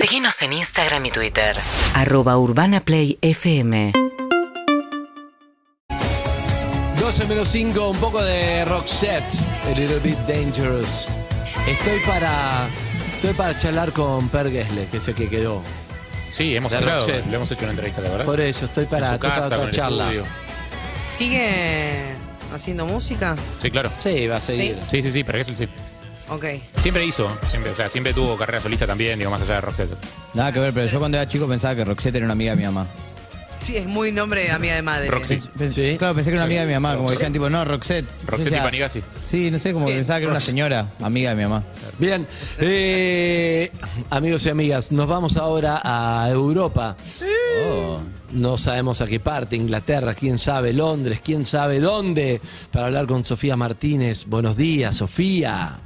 Seguinos en Instagram y Twitter. Arroba UrbanaPlayFM. 12 menos 5, un poco de Roxette, a little bit dangerous. Estoy para, estoy para charlar con Per Gessle, que es el que quedó. Sí, hemos De hablado, Roxette. le hemos hecho una entrevista, ¿te acordás? Por eso, estoy para, en su estoy para casa, otra con el charla. estudio. ¿Sigue haciendo música? Sí, claro. Sí, va a seguir. Sí, sí, sí, pero es el sí. Ok. Siempre hizo, siempre, o sea, siempre tuvo carrera solista también, digo, más allá de Roxette. Nada que ver, pero yo cuando era chico pensaba que Roxette era una amiga de mi mamá. Sí, es muy nombre de amiga de madre. Roxy. Pens- Sí. Claro, pensé que era una amiga de mi mamá, como que decían tipo, no, Roxette. Yo Roxette decía- y Panigasi. Sí, no sé, como que Bien. pensaba que era una señora, amiga de mi mamá. Bien, eh, amigos y amigas, nos vamos ahora a Europa. Oh. No sabemos a qué parte, Inglaterra, quién sabe, Londres, quién sabe dónde, para hablar con Sofía Martínez. Buenos días, Sofía.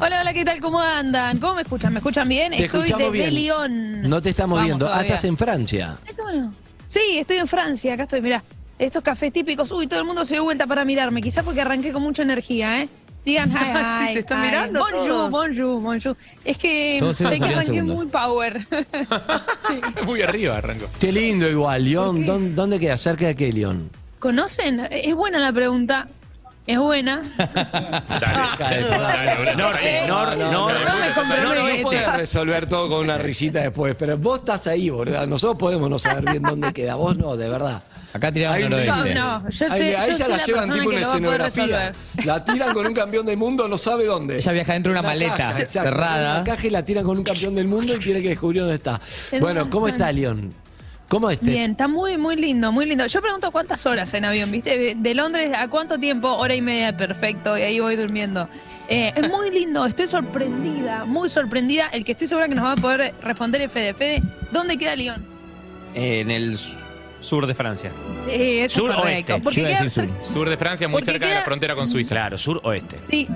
Hola, hola, ¿qué tal? ¿Cómo andan? ¿Cómo me escuchan? ¿Me escuchan bien? Te estoy escuchamos desde bien. Lyon. No te estamos Vamos viendo. Ah, todavía. estás en Francia. Ay, ¿cómo no? Sí, estoy en Francia, acá estoy, mirá. Estos cafés típicos. Uy, todo el mundo se dio vuelta para mirarme, quizás porque arranqué con mucha energía, ¿eh? Digan, hi, Sí, hi, te están hi. mirando Bonjour, todos. bonjour, bonjour. Es que Todos esos sé que salían arranqué segundos. muy power. Sí. Muy arriba arranco. Qué lindo igual, León. qué? ¿Dónde, dónde queda? ¿Cerca de qué, León? ¿Conocen? Es buena la pregunta. Es buena. Dale, dale, Norte, nor- dale, nor- dale, no me dale, comprometo. dale, dale. podés resolver todo con una risita después, pero vos estás ahí, ¿verdad? Nosotros podemos no saber bien dónde queda. Vos no, de verdad. Acá tiramos Ahí me- No, noroeste. no, yo Ahí- sé, a yo ella soy la, la llevan persona tipo que una lo va a poder escenografía. resolver. La tiran con un campeón del mundo, no sabe dónde. Ella viaja dentro de una maleta caja, exacto. cerrada. Una caja y la tiran con un campeón del mundo y tiene que descubrir dónde está. Tenés Bueno, ¿cómo razón. está, León? ¿Cómo este? está? Bien, está muy, muy lindo, muy lindo. Yo pregunto cuántas horas en avión, ¿viste? De Londres a cuánto tiempo, hora y media, perfecto, y ahí voy durmiendo. Eh, es muy lindo, estoy sorprendida, muy sorprendida. El que estoy segura que nos va a poder responder es Fede. Fede, ¿dónde queda Lyon? Eh, en el su- sur de Francia. Eh, eso Sur es correcto. oeste, Porque este, yo iba a queda decir sur. cerca- Sur de Francia, muy Porque cerca de la queda- frontera con Suiza. Claro, sur oeste. Sí,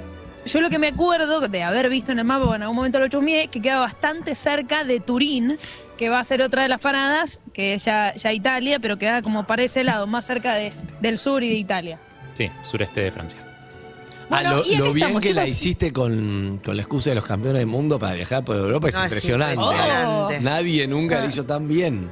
yo lo que me acuerdo de haber visto en el mapa, bueno, en algún momento lo chusmeé, que queda bastante cerca de Turín, que va a ser otra de las paradas, que es ya, ya Italia, pero queda como para ese lado, más cerca de- del sur y de Italia. Sí, sureste de Francia. Ah, Bueno, lo, y acá lo bien estamos, que la chicos. hiciste con, con la excusa de los campeones del mundo para viajar por Europa es No, es impresionante. impresionante. Nadie nunca lo hizo tan bien.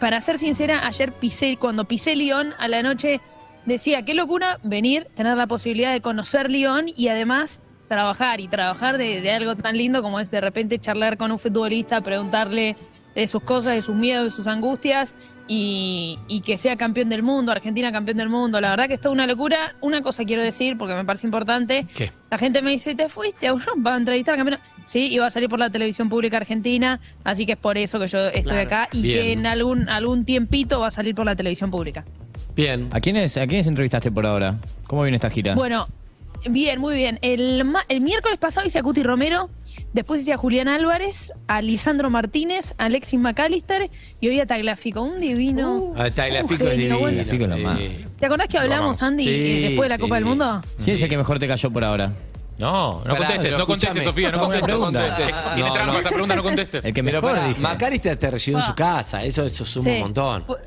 Para ser sincera, ayer pisé, cuando pisé Lyon a la noche, decía, qué locura venir, tener la posibilidad de conocer Lyon y además trabajar y trabajar de, de algo tan lindo como es de repente charlar con un futbolista, preguntarle de sus cosas, de sus miedos, de sus angustias y, y que sea campeón del mundo, Argentina campeón del mundo. La verdad que es toda una locura. Una cosa quiero decir porque me parece importante. ¿Qué? La gente me dice, ¿te fuiste a Europa a entrevistar al campeón? Sí, iba a salir por la televisión pública argentina, así que es por eso que yo estoy Claro. acá y Bien. que en algún, algún tiempito va a salir por la televisión pública. Bien. ¿A quiénes, ¿A quiénes entrevistaste por ahora? ¿Cómo viene esta Ah. gira? Bueno, bien, muy bien. El, ma- el miércoles pasado hice a Cuti Romero, después hice a Julián Álvarez, a Lisandro Martínez, a Alexis McAllister y hoy a Tagláfico. Un divino. Ah, está, el un afico es genio, divino. bueno. Afico es lo más. Sí. ¿Te acordás que hablamos, Andy, Sí, eh, después de la sí. Copa del Mundo? ¿Quién es el que mejor te cayó por ahora? No, no Pará, contestes, pero no contestes, escúchame. Sofía, no Buena contestes. pregunta. Es- Tiene No, trampa no. esa pregunta, no contestes. El que Pero mejor, pará, dije. Macalister te recibió en Ah. su casa, eso, eso suma un Sí. montón. Pu-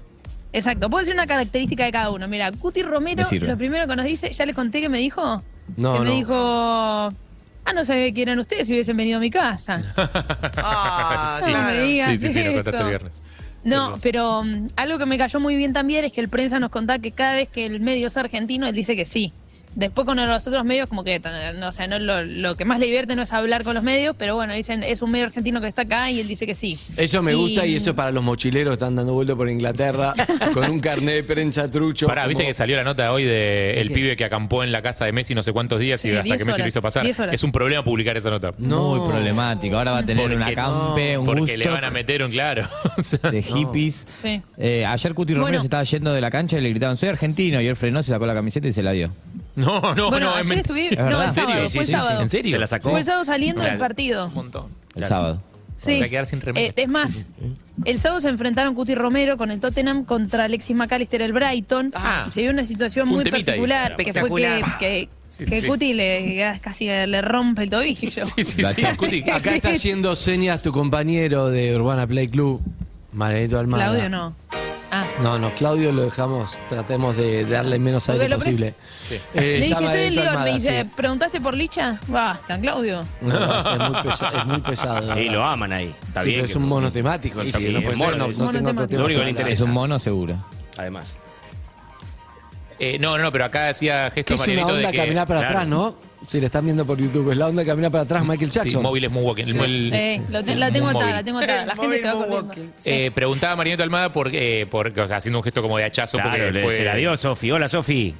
Exacto, puedo decir una característica de cada uno. Mira, Cuti Romero, Me sirve. lo primero que nos dice, ya les conté que me dijo, No, que no. me dijo, ah, no sabía que eran ustedes si hubiesen venido a mi casa. Ah, Eso no me claro. digas Sí, sí, sí, lo eso. contaste el viernes. No, pero mm, algo que me cayó muy bien también es que el prensa nos contaba que cada vez que el medio es argentino, él dice que sí. Después con los otros medios, como que, eh, no, o sea, no, lo, lo que más le divierte no es hablar con los medios, pero bueno, dicen, es un medio argentino que está acá y él dice que sí. Eso me gusta y Y- eso es para los mochileros que están dando vuelta por Inglaterra con un carnet de prensa trucho. Pará, viste como- que salió la nota hoy de el pibe que acampó en la casa de Messi no sé cuántos días Sí, y hasta 10 que Messi lo horas, hizo pasar. 10 horas. Es un problema publicar esa nota. No. Muy problemático. Ahora va a tener un Porque acampe, no, un Porque gusto le van a meter un claro. O sea, de hippies. Sí. Eh, ayer Cuti Romero Bueno. se estaba yendo de la cancha y le gritaron, soy argentino. Y él frenó, se sacó la camiseta y se la dio. no, no, bueno, no, ayer es mentira. estuve, ¿Es no, verdad? el sábado, Sí, fue el sí, sábado. sí, sí. ¿Se la sacó? Fue el sábado saliendo del Real. partido. Un montón. El sábado. Sí. Se va a quedar sin remera. Eh, es más, el sábado se enfrentaron Cuti Romero con el Tottenham contra Alexis McAllister el Brighton. Ah. y se vio una situación Un muy temita ahí. particular, que fue que, Espectacular. que, Sí, que sí. Cuti le, casi le rompe el tobillo. Sí, sí, La sí, chapa. Cuti. ah, Acá está haciendo señas tu compañero de Urbana Play Club, Margarito Almada. Claudio no. Ah, No, no, Claudio lo dejamos, tratemos de darle menos Porque aire lo pre- posible. Sí. Eh, Le dije, está estoy en Margarita León. Me Armada, dice, sí. ¿preguntaste por Licha? Basta, Claudio. No, es, muy pesa- es muy pesado. Ahí lo aman ahí. Está Sí, bien. pero que- es un mono temático. el Y sí, cambio, no puede es ser, mono, no- es no tengo otro monotemático. tema Lo único que le para hablar. interesa. Es un mono seguro. Además. Eh, no, no, pero acá hacía Que gesto es una Marianito de onda que... caminar para claro. atrás, ¿no? Si le están viendo por YouTube, es la onda caminar para atrás, Michael Sí, Jackson. móviles moonwalking. el- el- eh, Sí, Eh, lo te- la el tengo atada, móvil. la tengo atada. La gente se va corriendo. Moonwalking. Sí. Eh, preguntaba a Marianito Almada por, eh, por- o sea, haciendo un gesto como de hachazo Claro, porque le fue dice el adiós, Sofi. Hola, Sofi.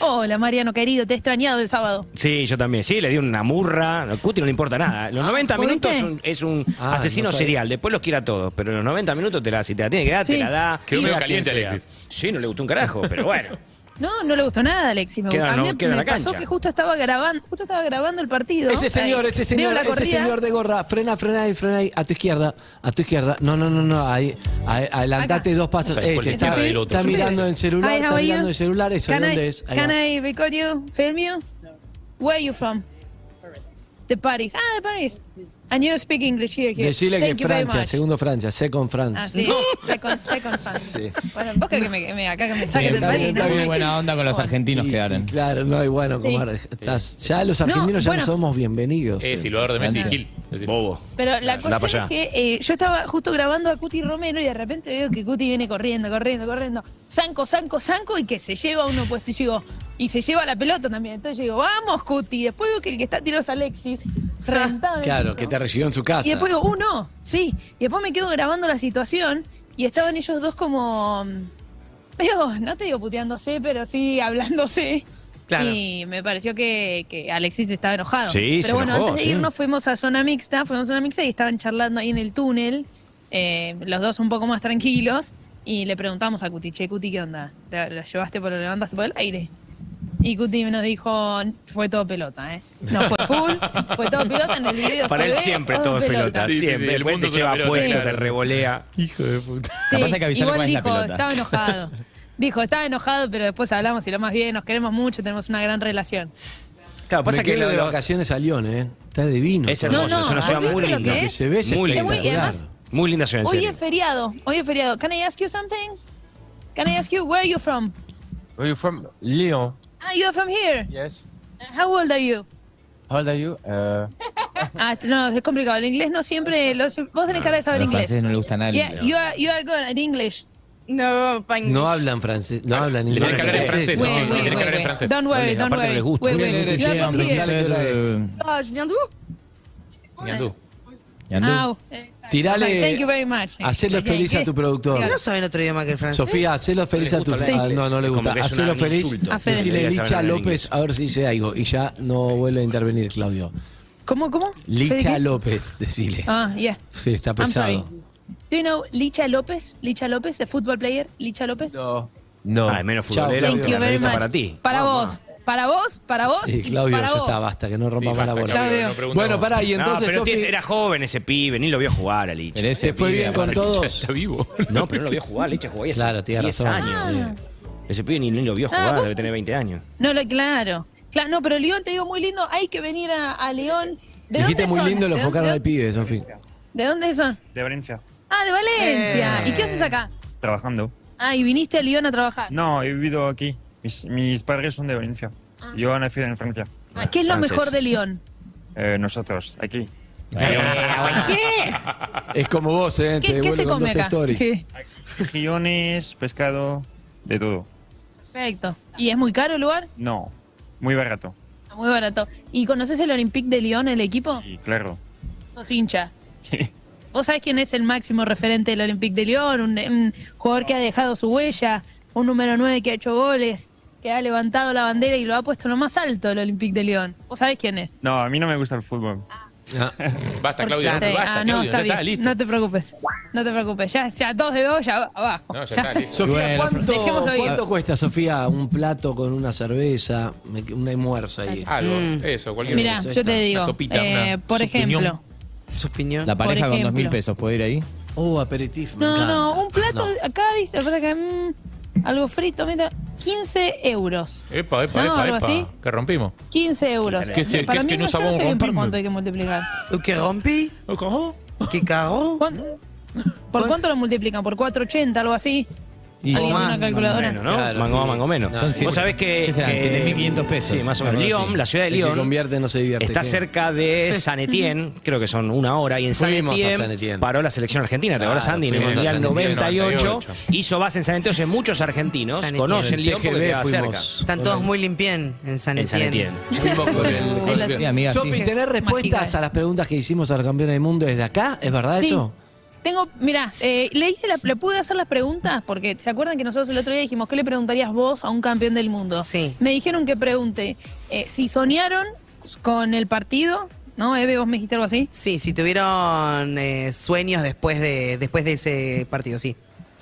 Hola, Mariano, querido, te he extrañado el sábado. Sí, yo también. Sí, le di una murra. A Cuti no le importa nada. Los 90 ¿vos minutos viste? un- es un Ah, asesino no sabía. serial. Después los quiere a todos. Pero en los 90 minutos, te la, si te la tiene que dar, Sí. te la da. Quedó sea medio quien caliente, sea. Alexis. Sí, no le gustó un carajo, pero bueno. No, no le gustó nada, Alexis. Me Queda, gustó. A mí no, queda en me la pasó cancha. que justo estaba grabando, justo estaba grabando el partido. Ese señor, Ahí. ese Veo señor, la ese corrida. señor de gorra. Frena, frena ahí, frena ahí. A tu izquierda, a tu izquierda. No, no, no, no. Ahí, ahí, adelantate Acá. dos pasos. O sea, Ese, cualquier está, cara del otro. está Sí, mirando sí. en celular, Hi, how está are mirando you? en celular. Eso, Can ¿dónde I- es? Ahí Can va. I record you? Film you? Where you from? De Paris. Ah, de Paris. And you speak English here. here. Decirle Thank que you very Francia, much. segundo Francia, second France. Ah, sí. Second, second fan. Sí. Bueno, vos querés que me, me- acá que me saques Bien, del está país. bien, ¿no? está Muy buena onda con los Bueno. argentinos Sí, quedaron. sí, claro, no, y bueno, Sí. comadre, estás- ya los argentinos ya bueno. no somos bienvenidos. Eh, silbador de Messi Sí. Gil. Es decir, Bobo. Pero la Anda pa' cosa allá. es que eh, yo estaba justo grabando a Cuti Romero y de repente veo que Cuti viene corriendo, corriendo, corriendo. Zanco, zanco, zanco y que se lleva uno puesto. Y yo digo, y se lleva la pelota también. Entonces yo digo, vamos Cuti. Después veo que el que está tirado es Alexis. Reventado en el Claro, piso. que te recibió en su casa. Y después digo, uh, no, sí. Y después me quedo grabando la situación y estaban ellos dos como. mm, medio, no te digo puteándose, pero sí hablándose. Claro. Y me pareció que, que Alexis estaba enojado. Sí, pero se bueno, enojó, antes de sí. irnos fuimos a zona mixta, fuimos a zona mixta y estaban charlando ahí en el túnel, eh, los dos un poco más tranquilos, y le preguntamos a Cuti, che, Cuti, ¿qué onda? ¿Lo, lo llevaste por, lo levantaste por el aire? Y Cuti nos dijo, fue todo pelota, ¿eh? No, fue full, fue todo pelota en el video. Para se él ve siempre todo es pelota. Sí, sí, sí, siempre. el el buen mundo te es una lleva pelota, puesto, claro. te revolea. Sí, Capaz hay que avisarle igual cuál es la dijo, pelota. Estaba enojado. dijo, estaba enojado, pero después hablamos y lo más bien, nos queremos mucho, tenemos una gran relación. Claro, pasa Me que quedo lo de vacaciones a Lyon, ¿eh? Está divino. Es No, hermoso, no, es una ciudad ¿viste muy lo que linda. es? Es muy Es muy- linda. y además- Muy linda ciudad, en Hoy serio. es feriado, hoy es feriado. Can I ask you something? Can I ask you where are you from? Are you from Lyon? Ah, you are from here. Yes. How old are you? How old are you? Uh, Ah, no, es complicado. El inglés no siempre lo- vos tenés cara de A saber los inglés. franceses no les gusta nada. el Yeah, inglés. you are you are good at English. No, pa' No hablan francés, no hablan Le inglés. tenés que hablar en Wait, francés, no, wait, no tenés wait, que hablar en wait. francés. Don't worry, No, don't aparte no worry. les gusta. Wait, Muy wait, bien, you are decían, from here. preguntale- eh, Ah, je viens d'où Ñandú. Ñandú. Ah, exacto. Tirale- Thank you very much. Hacelo Ok, feliz a ¿qué? tu productor. No saben otro idioma que el francés. Sofía, hacelo feliz a tu gusta ah, No, no le Como gusta. que es una- Hacelo un feliz. insulto. A Fede. Decirle Debería saber Licha hablar en López a ver si dice algo. Y ya no vuelve a intervenir, Claudio. ¿Cómo, cómo? ¿Fede Licha qué? López, decile. Ah, yeah. Sí, está I'm sorry. pesado. Do you know Licha López? Licha López, the football player. Licha López. no. No. Ah, menos Chao, futbolera, thank una you entrevista para ti. Para vos. Para vos, para vos. Sí, y Claudio, para ya vos. está, basta, que no Sí, rompa más basta, la bola. Claudio, no Claudio. pregunta Bueno, más. pará, y no, entonces, pero Sofi, este era joven ese pibe, ni lo vio jugar a Licha. Pero ese ¿te fue pibe, bien con aparte, todos? Está vivo. No, pero no lo vio jugar, Licha jugó hace Claro, tiene 10 razón. años. sí. Ese pibe ni, ni lo vio Ah, jugar, vos- debe tener 20 años. No, lo, claro. Claro, no, pero León, te digo, muy lindo. Hay que venir a, a León. ¿De Dijiste dónde muy son? lindo, lo ¿De enfocaron al dónde, pibe, Sofi. ¿De dónde son? De Valencia. Ah, de Valencia. Eh. ¿Y qué haces acá? Trabajando. Ah, y viniste a León a trabajar. No, he vivido aquí. Mis, mis padres son de Valencia. Yo nací en Francia. Ah, ¿Qué es lo Francés. mejor de León? Eh, nosotros, aquí. ¿Qué? Es como vos, ¿eh? Te ¿Qué, qué devuelve se con come dos acá? stories. ¿Qué? Regiones, pescado, de todo. Perfecto. ¿Y es muy caro el lugar? No, muy barato. Ah, Muy barato. ¿Y conoces el Olympique de León, el equipo? Y claro. Sos hincha. Sí. ¿Vos sabés quién es el máximo referente del Olympique de Lyon? Un, un jugador que ha dejado su huella, un número 9 que ha hecho goles, que ha levantado la bandera y lo ha puesto en lo más alto del Olympique de Lyon. ¿Vos sabés quién es? No, a mí no me gusta el fútbol. Basta, Porque- Claudio. Sí, Basta, ah, no, Claudio. está Ya está, bien. listo. No te preocupes. No te preocupes. Ya, ya dos de dos, ya abajo. No, ya Ya. está, listo. Sofía, Bueno, ¿cuánto, Dejémoslo ir. cuánto cuesta, Sofía, un plato con una cerveza, me- un almuerzo ahí? Algo, eso, cualquier Mm. Mirá, cosa. Ahí yo está. te digo, Una sopita, eh, una por sopiñón. ejemplo, Sus piñones. La pareja con ejemplo. dos mil pesos, ¿puede ir ahí? Oh, aperitivo. me no, encanta. no, un plato, No. acá dice, pasa que, mm, algo frito, mira, 15 euros. Epa, epa, No, epa, algo epa. así. Que rompimos. 15 euros. ¿Qué se- Para qué es mí que no no, yo no sabemos sé bien por rompirme? cuánto hay que multiplicar. ¿Qué rompí? ¿Qué carro? ¿Cuán- ¿Por cuánto lo multiplican? ¿Por 480, algo así? Y- ¿Alguien o tiene más. una calculadora? Menos, ¿no? Claro. mango más, mango menos. No, Son Vos siete- sabés que. ¿qué serán? que- 7.500 pesos. Sí, más o menos. Una cosa Lyon, así. la ciudad de El que Lyon. convierte no se divierte. Está ¿qué? cerca de San Etienne, creo que son una hora, y en San Fuimos a Etienne, San Etienne. paró la selección argentina, ¿te Claro, acuerdas, Andy? En el fuimos a Mundial San Etienne, 98, 98. hizo base en San Etienne, entonces muchos argentinos San Etienne. conocen El Lyon porque TGV queda cerca. fuimos. Están todos muy limpien en San En San Etienne. Etienne. Este Fuimos con el- con el- Sí, amiga, sí. Sofi, ¿tenés respuestas Mágica, eh. a las preguntas que hicimos a los campeones del mundo desde acá? ¿Es verdad Sí. eso? Tengo, mirá, eh, le hice la, le pude hacer las preguntas porque se acuerdan que nosotros el otro día dijimos qué le preguntarías vos a un campeón del mundo. Sí. Me dijeron que pregunte eh, si soñaron con el partido, ¿no? Eve, vos me dijiste algo así. Sí, si tuvieron eh, sueños después de, después de ese partido, sí.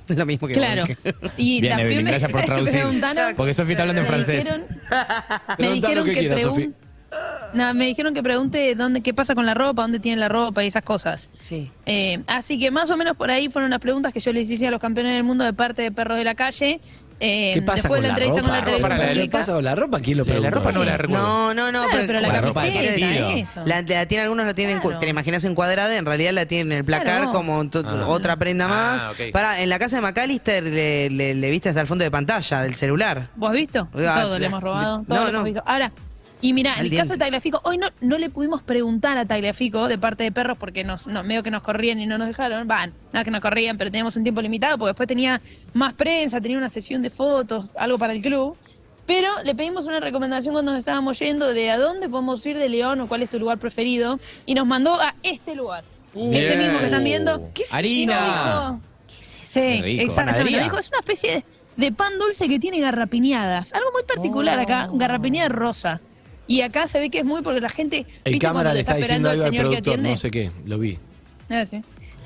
Lo mismo que vos Claro. dije. Y Bien, también Evelyn, me gracias por traducir. preguntaron- Porque Sofía está hablando en me francés. dijeron- Ah, me Preguntá lo dijeron que que, quieras, pregun- Nah, me dijeron que pregunte dónde, qué pasa con la ropa, dónde tienen la ropa y esas cosas. Sí. Eh, así que más o menos por ahí fueron las preguntas que yo les hice a los campeones del mundo de parte de Perros de la Calle. Eh, ¿Qué pasa después con de la la entrevista ropa? con la televisión Para la- ¿Qué pública. pasa con la ropa? ¿Quién lo La, preguntó? la ropa no la recuerdo. No, no, no. Claro, pero la la ropa camiseta, del partido. eso. La, la tiene, algunos lo tienen, Claro. te la imaginas encuadrada, en realidad la tienen en el placar Claro. como to- otra prenda más. Ah, ok. Para, en la casa de McAllister le, le- le viste hasta el fondo de pantalla del celular. ¿Vos has visto? Ah, todo le la- hemos robado, no, todo lo no. hemos visto. Ahora, y mirá, en Al el diente. caso de Tagliafico, hoy no, no le pudimos preguntar a Tagliafico de parte de perros porque nos, no, medio que nos corrían y no nos dejaron. Van, nada que nos corrían, pero teníamos un tiempo limitado porque después tenía más prensa, tenía una sesión de fotos, algo para el club. Pero le pedimos una recomendación cuando nos estábamos yendo de a dónde podemos ir de León o cuál es tu lugar preferido. Y nos mandó a este lugar. este mismo que están viendo. ¿Qué es ¡Harina! No, dijo- Sí, rico. exactamente. Panadería. Me dijo, es una especie de, de pan dulce que tiene garrapiñadas. Algo muy particular acá, garrapiñada rosa. Y acá se ve que es muy porque la gente. El ¿viste cámara cuando le te está diciendo esperando algo al señor que productor, atiende? no sé qué, lo vi. Ah, sí.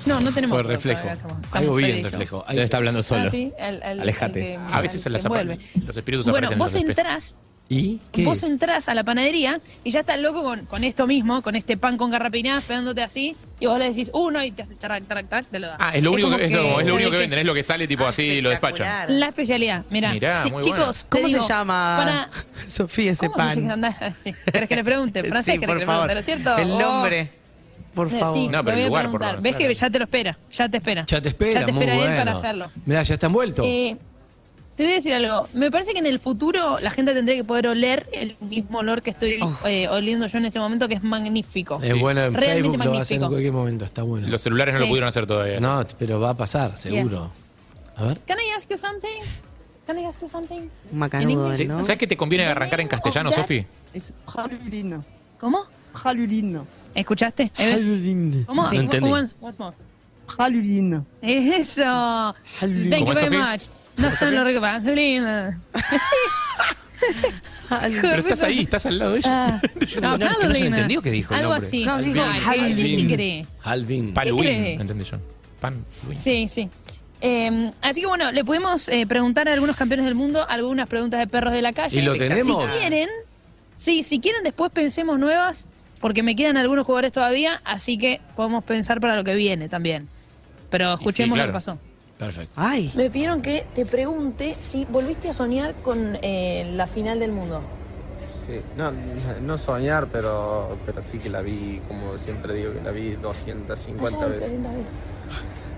No, no tenemos. Fue productor, reflejo. acá estamos- estamos Algo Fer bien y yo. reflejo. Ahí está hablando solo. Ah, sí, al- al- Alejate. al que- A veces al se que las envuelve. apa- los espíritus Bueno, aparecen. vos en los espejos. entrás ¿Y qué Vos es? entrás a la panadería y ya está el loco con, con esto mismo, con este pan con garrapiñadas pegándote así, y vos le decís uno y te hace tarac, tarac, tarac, te lo da. Ah, es lo único, como que, es lo, es lo se único ve que venden, es lo que sale tipo así y lo despachan. Espectacular. La especialidad, mirá. Mirá, Sí, muy chicos, bueno. te ¿Cómo se digo, llama para- Sofía ese ¿Cómo se pan? llama? Sí, ¿Querés que le pregunte? En francés, Sí, ¿querés por que le favor. pregunte, ¿no es cierto? El Oh, nombre. Por sí, favor. No, le pero voy el a lugar, por lo preguntar. menos, Ves claro. que ya te lo espera, ya te espera. Ya te espera, Ya te muy espera él bueno. para hacerlo. Mirá, ya está envuelto. Eh, te voy a decir algo. Me parece que en el futuro la gente tendría que poder oler el mismo olor que estoy eh, oliendo yo en este momento, que es magnífico. es bueno, en Realmente Facebook lo va a hacer en magnífico. cualquier momento, está bueno. Los celulares no lo Sí. pudieron hacer todavía. No, t- pero va a pasar, seguro. A ver. Can I ask you something? Can I ask you something? Un macanudo, En él, ¿no? ¿Sabes que te conviene arrancar en castellano, Sofi? Es Jalulín. ¿Cómo? Jalulín. ¿Escuchaste? Eve? Jalulín. ¿Cómo? Sí, Once- entendí. once- once more. Jalulín. Eso. Thank ¿Cómo you es, very Sofía? much. No son los regalos. Pero estás ahí, estás al lado de ella. Ah, no, es que no se le entendió qué dijo el Algo hombre. así. No, sí, Ay, dijo ¿qué- qué Halvin. cree? Halvin. crees? Paluín, entendí yo. Pan, Luis. Sí, sí. Eh, así que bueno, le pudimos eh, preguntar a algunos campeones del mundo algunas preguntas de perros de la calle. ¿Y lo tenemos? Si quieren, sí, si quieren después pensemos nuevas, porque me quedan algunos jugadores todavía, así que podemos pensar para lo que viene también. Pero escuchemos claro. lo que pasó. Perfecto. Ay. Me pidieron que te pregunte si volviste a soñar con eh, la final del mundo. Sí, no, no soñar, pero, pero sí que la vi, como siempre digo, que la vi 250 veces.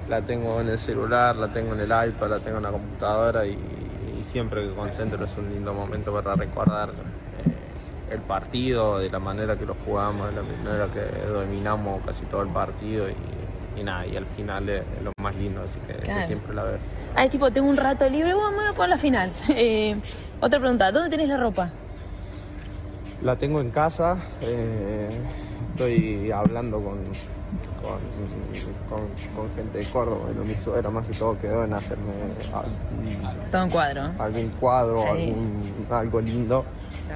La tengo en el celular, la tengo en el iPad, la tengo en la computadora y, y siempre que concentro es un lindo momento para recordar eh, el partido, de la manera que lo jugamos, de la manera que dominamos casi todo el partido y, y nada, y al final es, es lo más lindo, así que, que Claro. siempre la veo. Ah, es tipo, tengo un rato libre, bueno, me voy a poner la final. Eh, otra pregunta, ¿dónde tenés la ropa? La tengo en casa, eh, estoy hablando con, con, con- con gente de Córdoba, lo mi suegra más que todo quedó en hacerme algún, Todo en cuadro. algún cuadro, Sí. algún, algo lindo,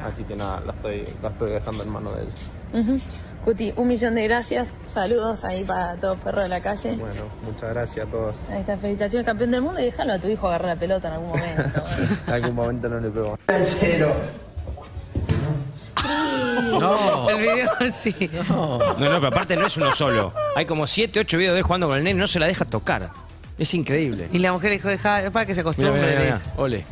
así que nada, la estoy, la estoy dejando en manos de él. Ujú. Cuti, un millón de gracias. Saludos ahí para todos perros de la calle. Bueno, muchas gracias a todos. Ahí está, felicitaciones campeón del mundo y déjalo a tu hijo agarrar la pelota en algún momento. En algún momento no le pego. No, El video, sí. No, no, pero aparte no es uno solo. Hay como 7, 8 videos de él jugando con el nene, no se la deja tocar. Es increíble. Y la mujer dijo, deja, para que se acostumbre. Mira, mira, le mira, mira. dice. ole.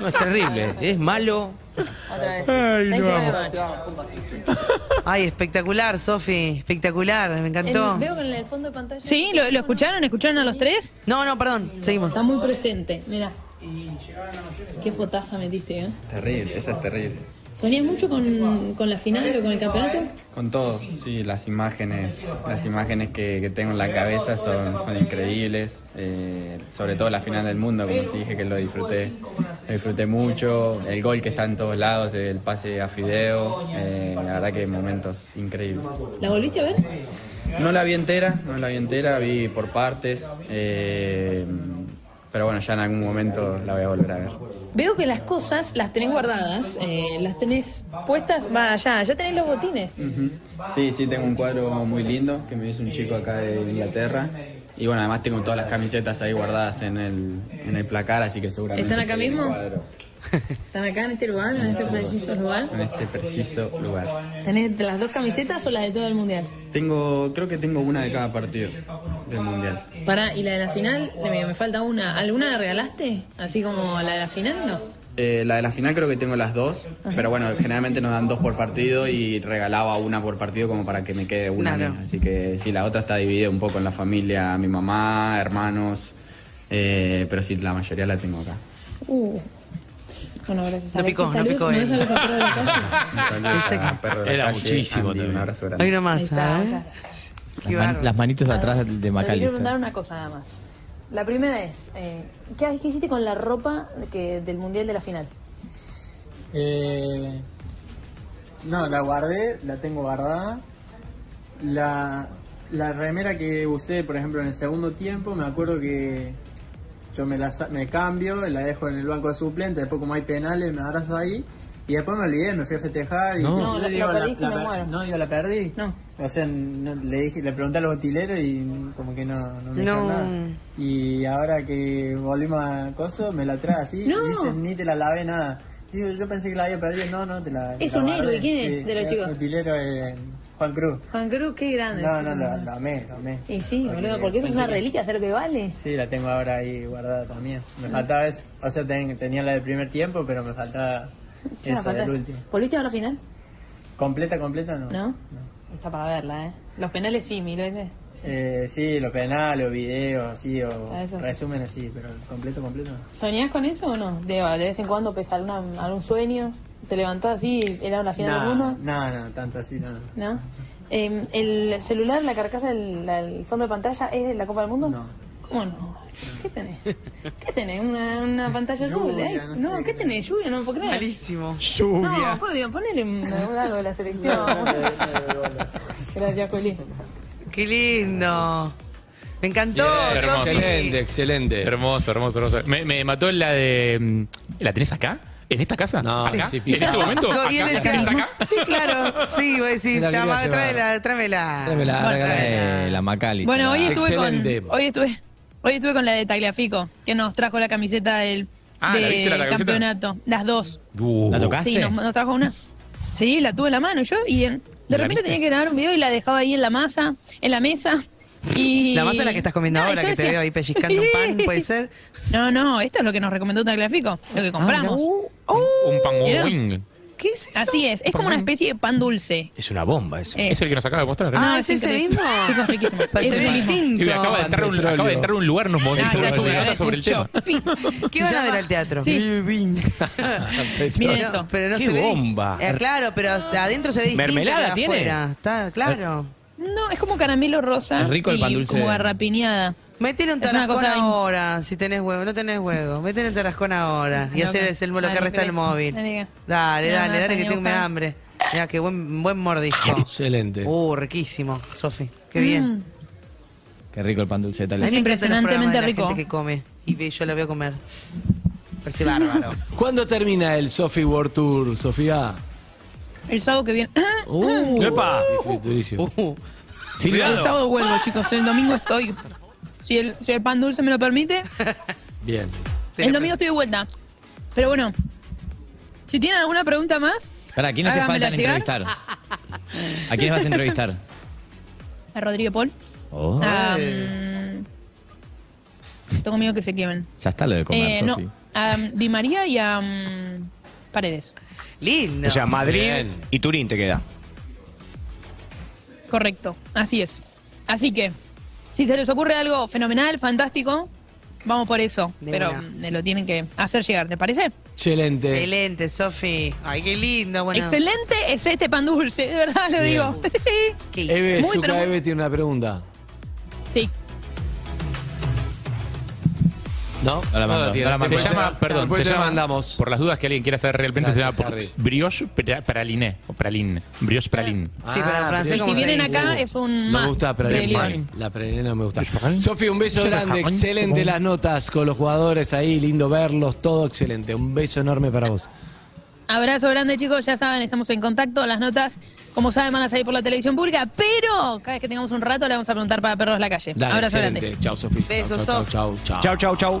No, es terrible. Es malo. Otra vez. Ay, Thank no you amo. very much. Ay, espectacular, Sofi. Espectacular, me encantó. En- veo que en el fondo de pantalla. Sí, ¿lo, lo escucharon? ¿Escucharon a los tres? No, no, perdón, seguimos. Está muy presente, mira. Qué fotaza metiste, ¿eh? Terrible, esa es terrible. ¿Soñás mucho con, con la final o con el campeonato? Con todo, sí, las imágenes, las imágenes que, que tengo en la cabeza son, son increíbles, eh, sobre todo la final del mundo, como te dije que lo disfruté, lo disfruté mucho, el gol que está en todos lados, el pase a Fideo, eh, la verdad que momentos increíbles. ¿La volviste a ver? No la vi entera, no la vi entera, vi por partes, eh, pero bueno, ya en algún momento la voy a volver a ver. Veo que las cosas las tenés guardadas, eh, las tenés puestas, va allá, ya tenés los botines. Sí, sí, tengo un cuadro muy lindo que me hizo un chico acá de Inglaterra. Y bueno, además tengo todas las camisetas ahí guardadas en el, en el placar, así que seguramente. ¿Están acá se viene mismo? cuadro ¿Están acá en este lugar, en este preciso lugar? En este preciso lugar. ¿Tenés las dos camisetas o las de todo el mundial? Tengo, creo que tengo una de cada partido del mundial. Pará, ¿y la de la final? Me, me falta una. ¿Alguna la regalaste? Así como la de la final, ¿no? Eh, la de la final creo que tengo las dos, Ajá. pero bueno, generalmente nos dan dos por partido y regalaba una por partido como para que me quede una. Claro. ¿no? Así que sí, la otra está dividida un poco en la familia, mi mamá, hermanos, eh, pero sí, la mayoría la tengo acá. Uh. Bueno, gracias. No picó, no Salud, picó me él. das a los afuera de la calle. Era muchísimo también. Un abrazo grande. Hay una más, ¿eh? Las, man- las manitos atrás de Te quiero Macalister. preguntar una cosa nada más. La primera es, eh, ¿qué, qué hiciste con la ropa que, del mundial de la final? Eh, no, la guardé, la tengo guardada. La, la remera que usé, por ejemplo, en el segundo tiempo, me acuerdo que yo me la sa- me cambio, la dejo en el banco de suplente, después como hay penales, me abrazo ahí. Y después me olvidé, me fui a festejar. Y No. inclusive No, la- digo, la perdiste y me per- muero. No, yo la perdí. O sea, no- le, dije, le pregunté al botilero y como que no, no me dijeron No. nada. Y ahora que volvimos a Coso, me la trae así. No. Y dicen, ni te la lavé nada. Digo, yo pensé que la había perdido. No, no, te la. Es la un guardé. héroe, ¿quién es de los el chicos? Ah, utilero, eh, Juan Cruz. Juan Cruz, qué grande. No, no, lo, lo amé, lo amé. Y sí, boludo, porque eso es Pensé una que- reliquia, hacer lo que vale. Sí, la tengo ahora ahí guardada también. Me Mm. faltaba eso. O sea, ten- tenía la del primer tiempo, pero me faltaba Ya, esa faltás. del último. ¿Volviste a la final? ¿Completa, completa no? ¿No? Está para verla, ¿eh? Los penales sí, miro ese. Eh, sí, lo penal, o video, así, o Ah, eso sí. resumen así, pero completo, completo no. ¿Soñás con eso o no? De, de vez en cuando pesa alguna, algún sueño. ¿Te levantás así y era la final de No, uno? no, no, tanto así, no. no. ¿No? Eh, ¿El celular, la carcasa, el, la- el fondo de pantalla es de la Copa del Mundo? No. ¿Cómo no? ¿Qué tenés? ¿Qué tenés? ¿Una, una pantalla azul? Lluvia, eh? no No, sé ¿qué tenés? ¿Lluvia? No me puedo creer. Malísimo. No, por Dios, ponele un- algo de la selección. Gracias, Juli. Qué lindo. Me encantó, Sofi. excelente. Hermoso, hermoso, hermoso. Me, me mató la de. mm, ¿La tenés acá? ¿En esta casa? No, ¿Acá? sí, ¿En este momento? No, y él ¿Acá? decía, ¿Está acá? Sí, claro. Sí, voy a decir, Me la la quería madre, llevar. tráemela, tráemela. la, eh, la Macalister. Bueno, hoy estuve con hoy estuve hoy estuve con la de Tagliafico, que nos trajo la camiseta del Ah, ¿la del viste la camiseta? campeonato, las dos. Uh. ¿La tocaste? Sí, nos, nos trajo una. Sí, la tuve en la mano yo y en- de ¿La repente lamiste? tenía que grabar un video y la dejaba ahí en la masa, en la mesa. Y... La masa es la que estás comiendo Nada, ahora, yo que te veo ahí pellizcando un pan, ¿puede ser? Ah, No, no, esto es lo que nos recomendó Tagliafico, lo que compramos. Un pan Mirá. wing. ¿Qué es eso? Así es, es como una especie de pan dulce. Es una bomba eso. Eh. Es el que nos acaba de Ah, mostrar. ¿eh? No, increíble. Chicos, riquísimo. Parece Es riquísimo. Y distinto. acaba de entrar un, acaba de entrar un lugar, nos Ah, movilizó una casi, data casi, sobre el tema. ¿Qué van a ver al teatro? Sí. Miren No, esto. pero no ¡Qué se ve di- bomba! Eh, claro, pero hasta adentro se ve distinto. ¿Mermelada que tiene? afuera. Está, claro. No, es como caramelo rosa. Es rico el y pan dulce. Como garrapiñada. Métele un Es una tarascón cosa in- ahora, si tenés huevo. No tenés huevo. Métele un tarascón ahora. Y Loca. hacer el, lo Dale, que resta del Teresa. móvil. Dale. Dale, dale, No, no, dale, esa que ni tengo buscar. hambre. Mira, qué buen, buen mordisco. Excelente. Uh, riquísimo, Sofi. Qué bien. Mm, Qué rico el pan dulce de A mí tal. me encantan los impresionantemente programas de la rico. gente que come. Y ve- yo la veo comer. Parece bárbaro. ¿Cuándo termina el Sophie World Tour, Sofía? El sábado que viene. Uh, ¡Epa! Durísimo. el sábado vuelvo, chicos. El domingo estoy. Si el, si el pan dulce me lo permite, Bien. el domingo estoy de vuelta. Pero bueno, si tienen alguna pregunta más, Para, ¿quiénes te Hágamela faltan llegar. Ah. entrevistar? ¿A quiénes vas a entrevistar? a Rodrigo Paul. Oh, Ah, mm, tengo miedo que se quemen. ya está lo de comer, Eh, no. Sofi. a um, Di María y a um, Paredes. Lindo. O sea, Madrid Bien. y Turín te queda. Correcto, así es. Así que, si se les ocurre algo fenomenal, fantástico, vamos por eso. De pero una. me lo tienen que hacer llegar, ¿te parece? Excelente. Excelente, Sofi. Ay, qué lindo. Bueno. Excelente es este pan dulce, de verdad lo Bien. digo. Eve, Muy, pero Zuka muy- Eve tiene una pregunta. Sí. ¿No? No la mando, la tiene. no la mando. Después Se te- llama, perdón, después se te la llama, mandamos. por las dudas que alguien quiera saber realmente, Gracias, se llama Harry. brioche pra- praliné, o praline, brioche praline. Sí, pero Ah, en francés, si ¿cómo se vienen dice? acá es un Me must gusta de Pralina. Lionel. La Pralina me gusta. Sofi, un beso grande. Excelente las notas con los jugadores ahí. Lindo verlos. Todo excelente. Un beso enorme para vos. Abrazo grande, chicos. Ya saben, estamos en contacto. Las notas, como saben, van a salir por la televisión pública. Pero cada vez que tengamos un rato, le vamos a preguntar para perros la calle. Dale, Abrazo grande. excelente. Chao, Sofi. Besos, Chau, Sof. chau, chau.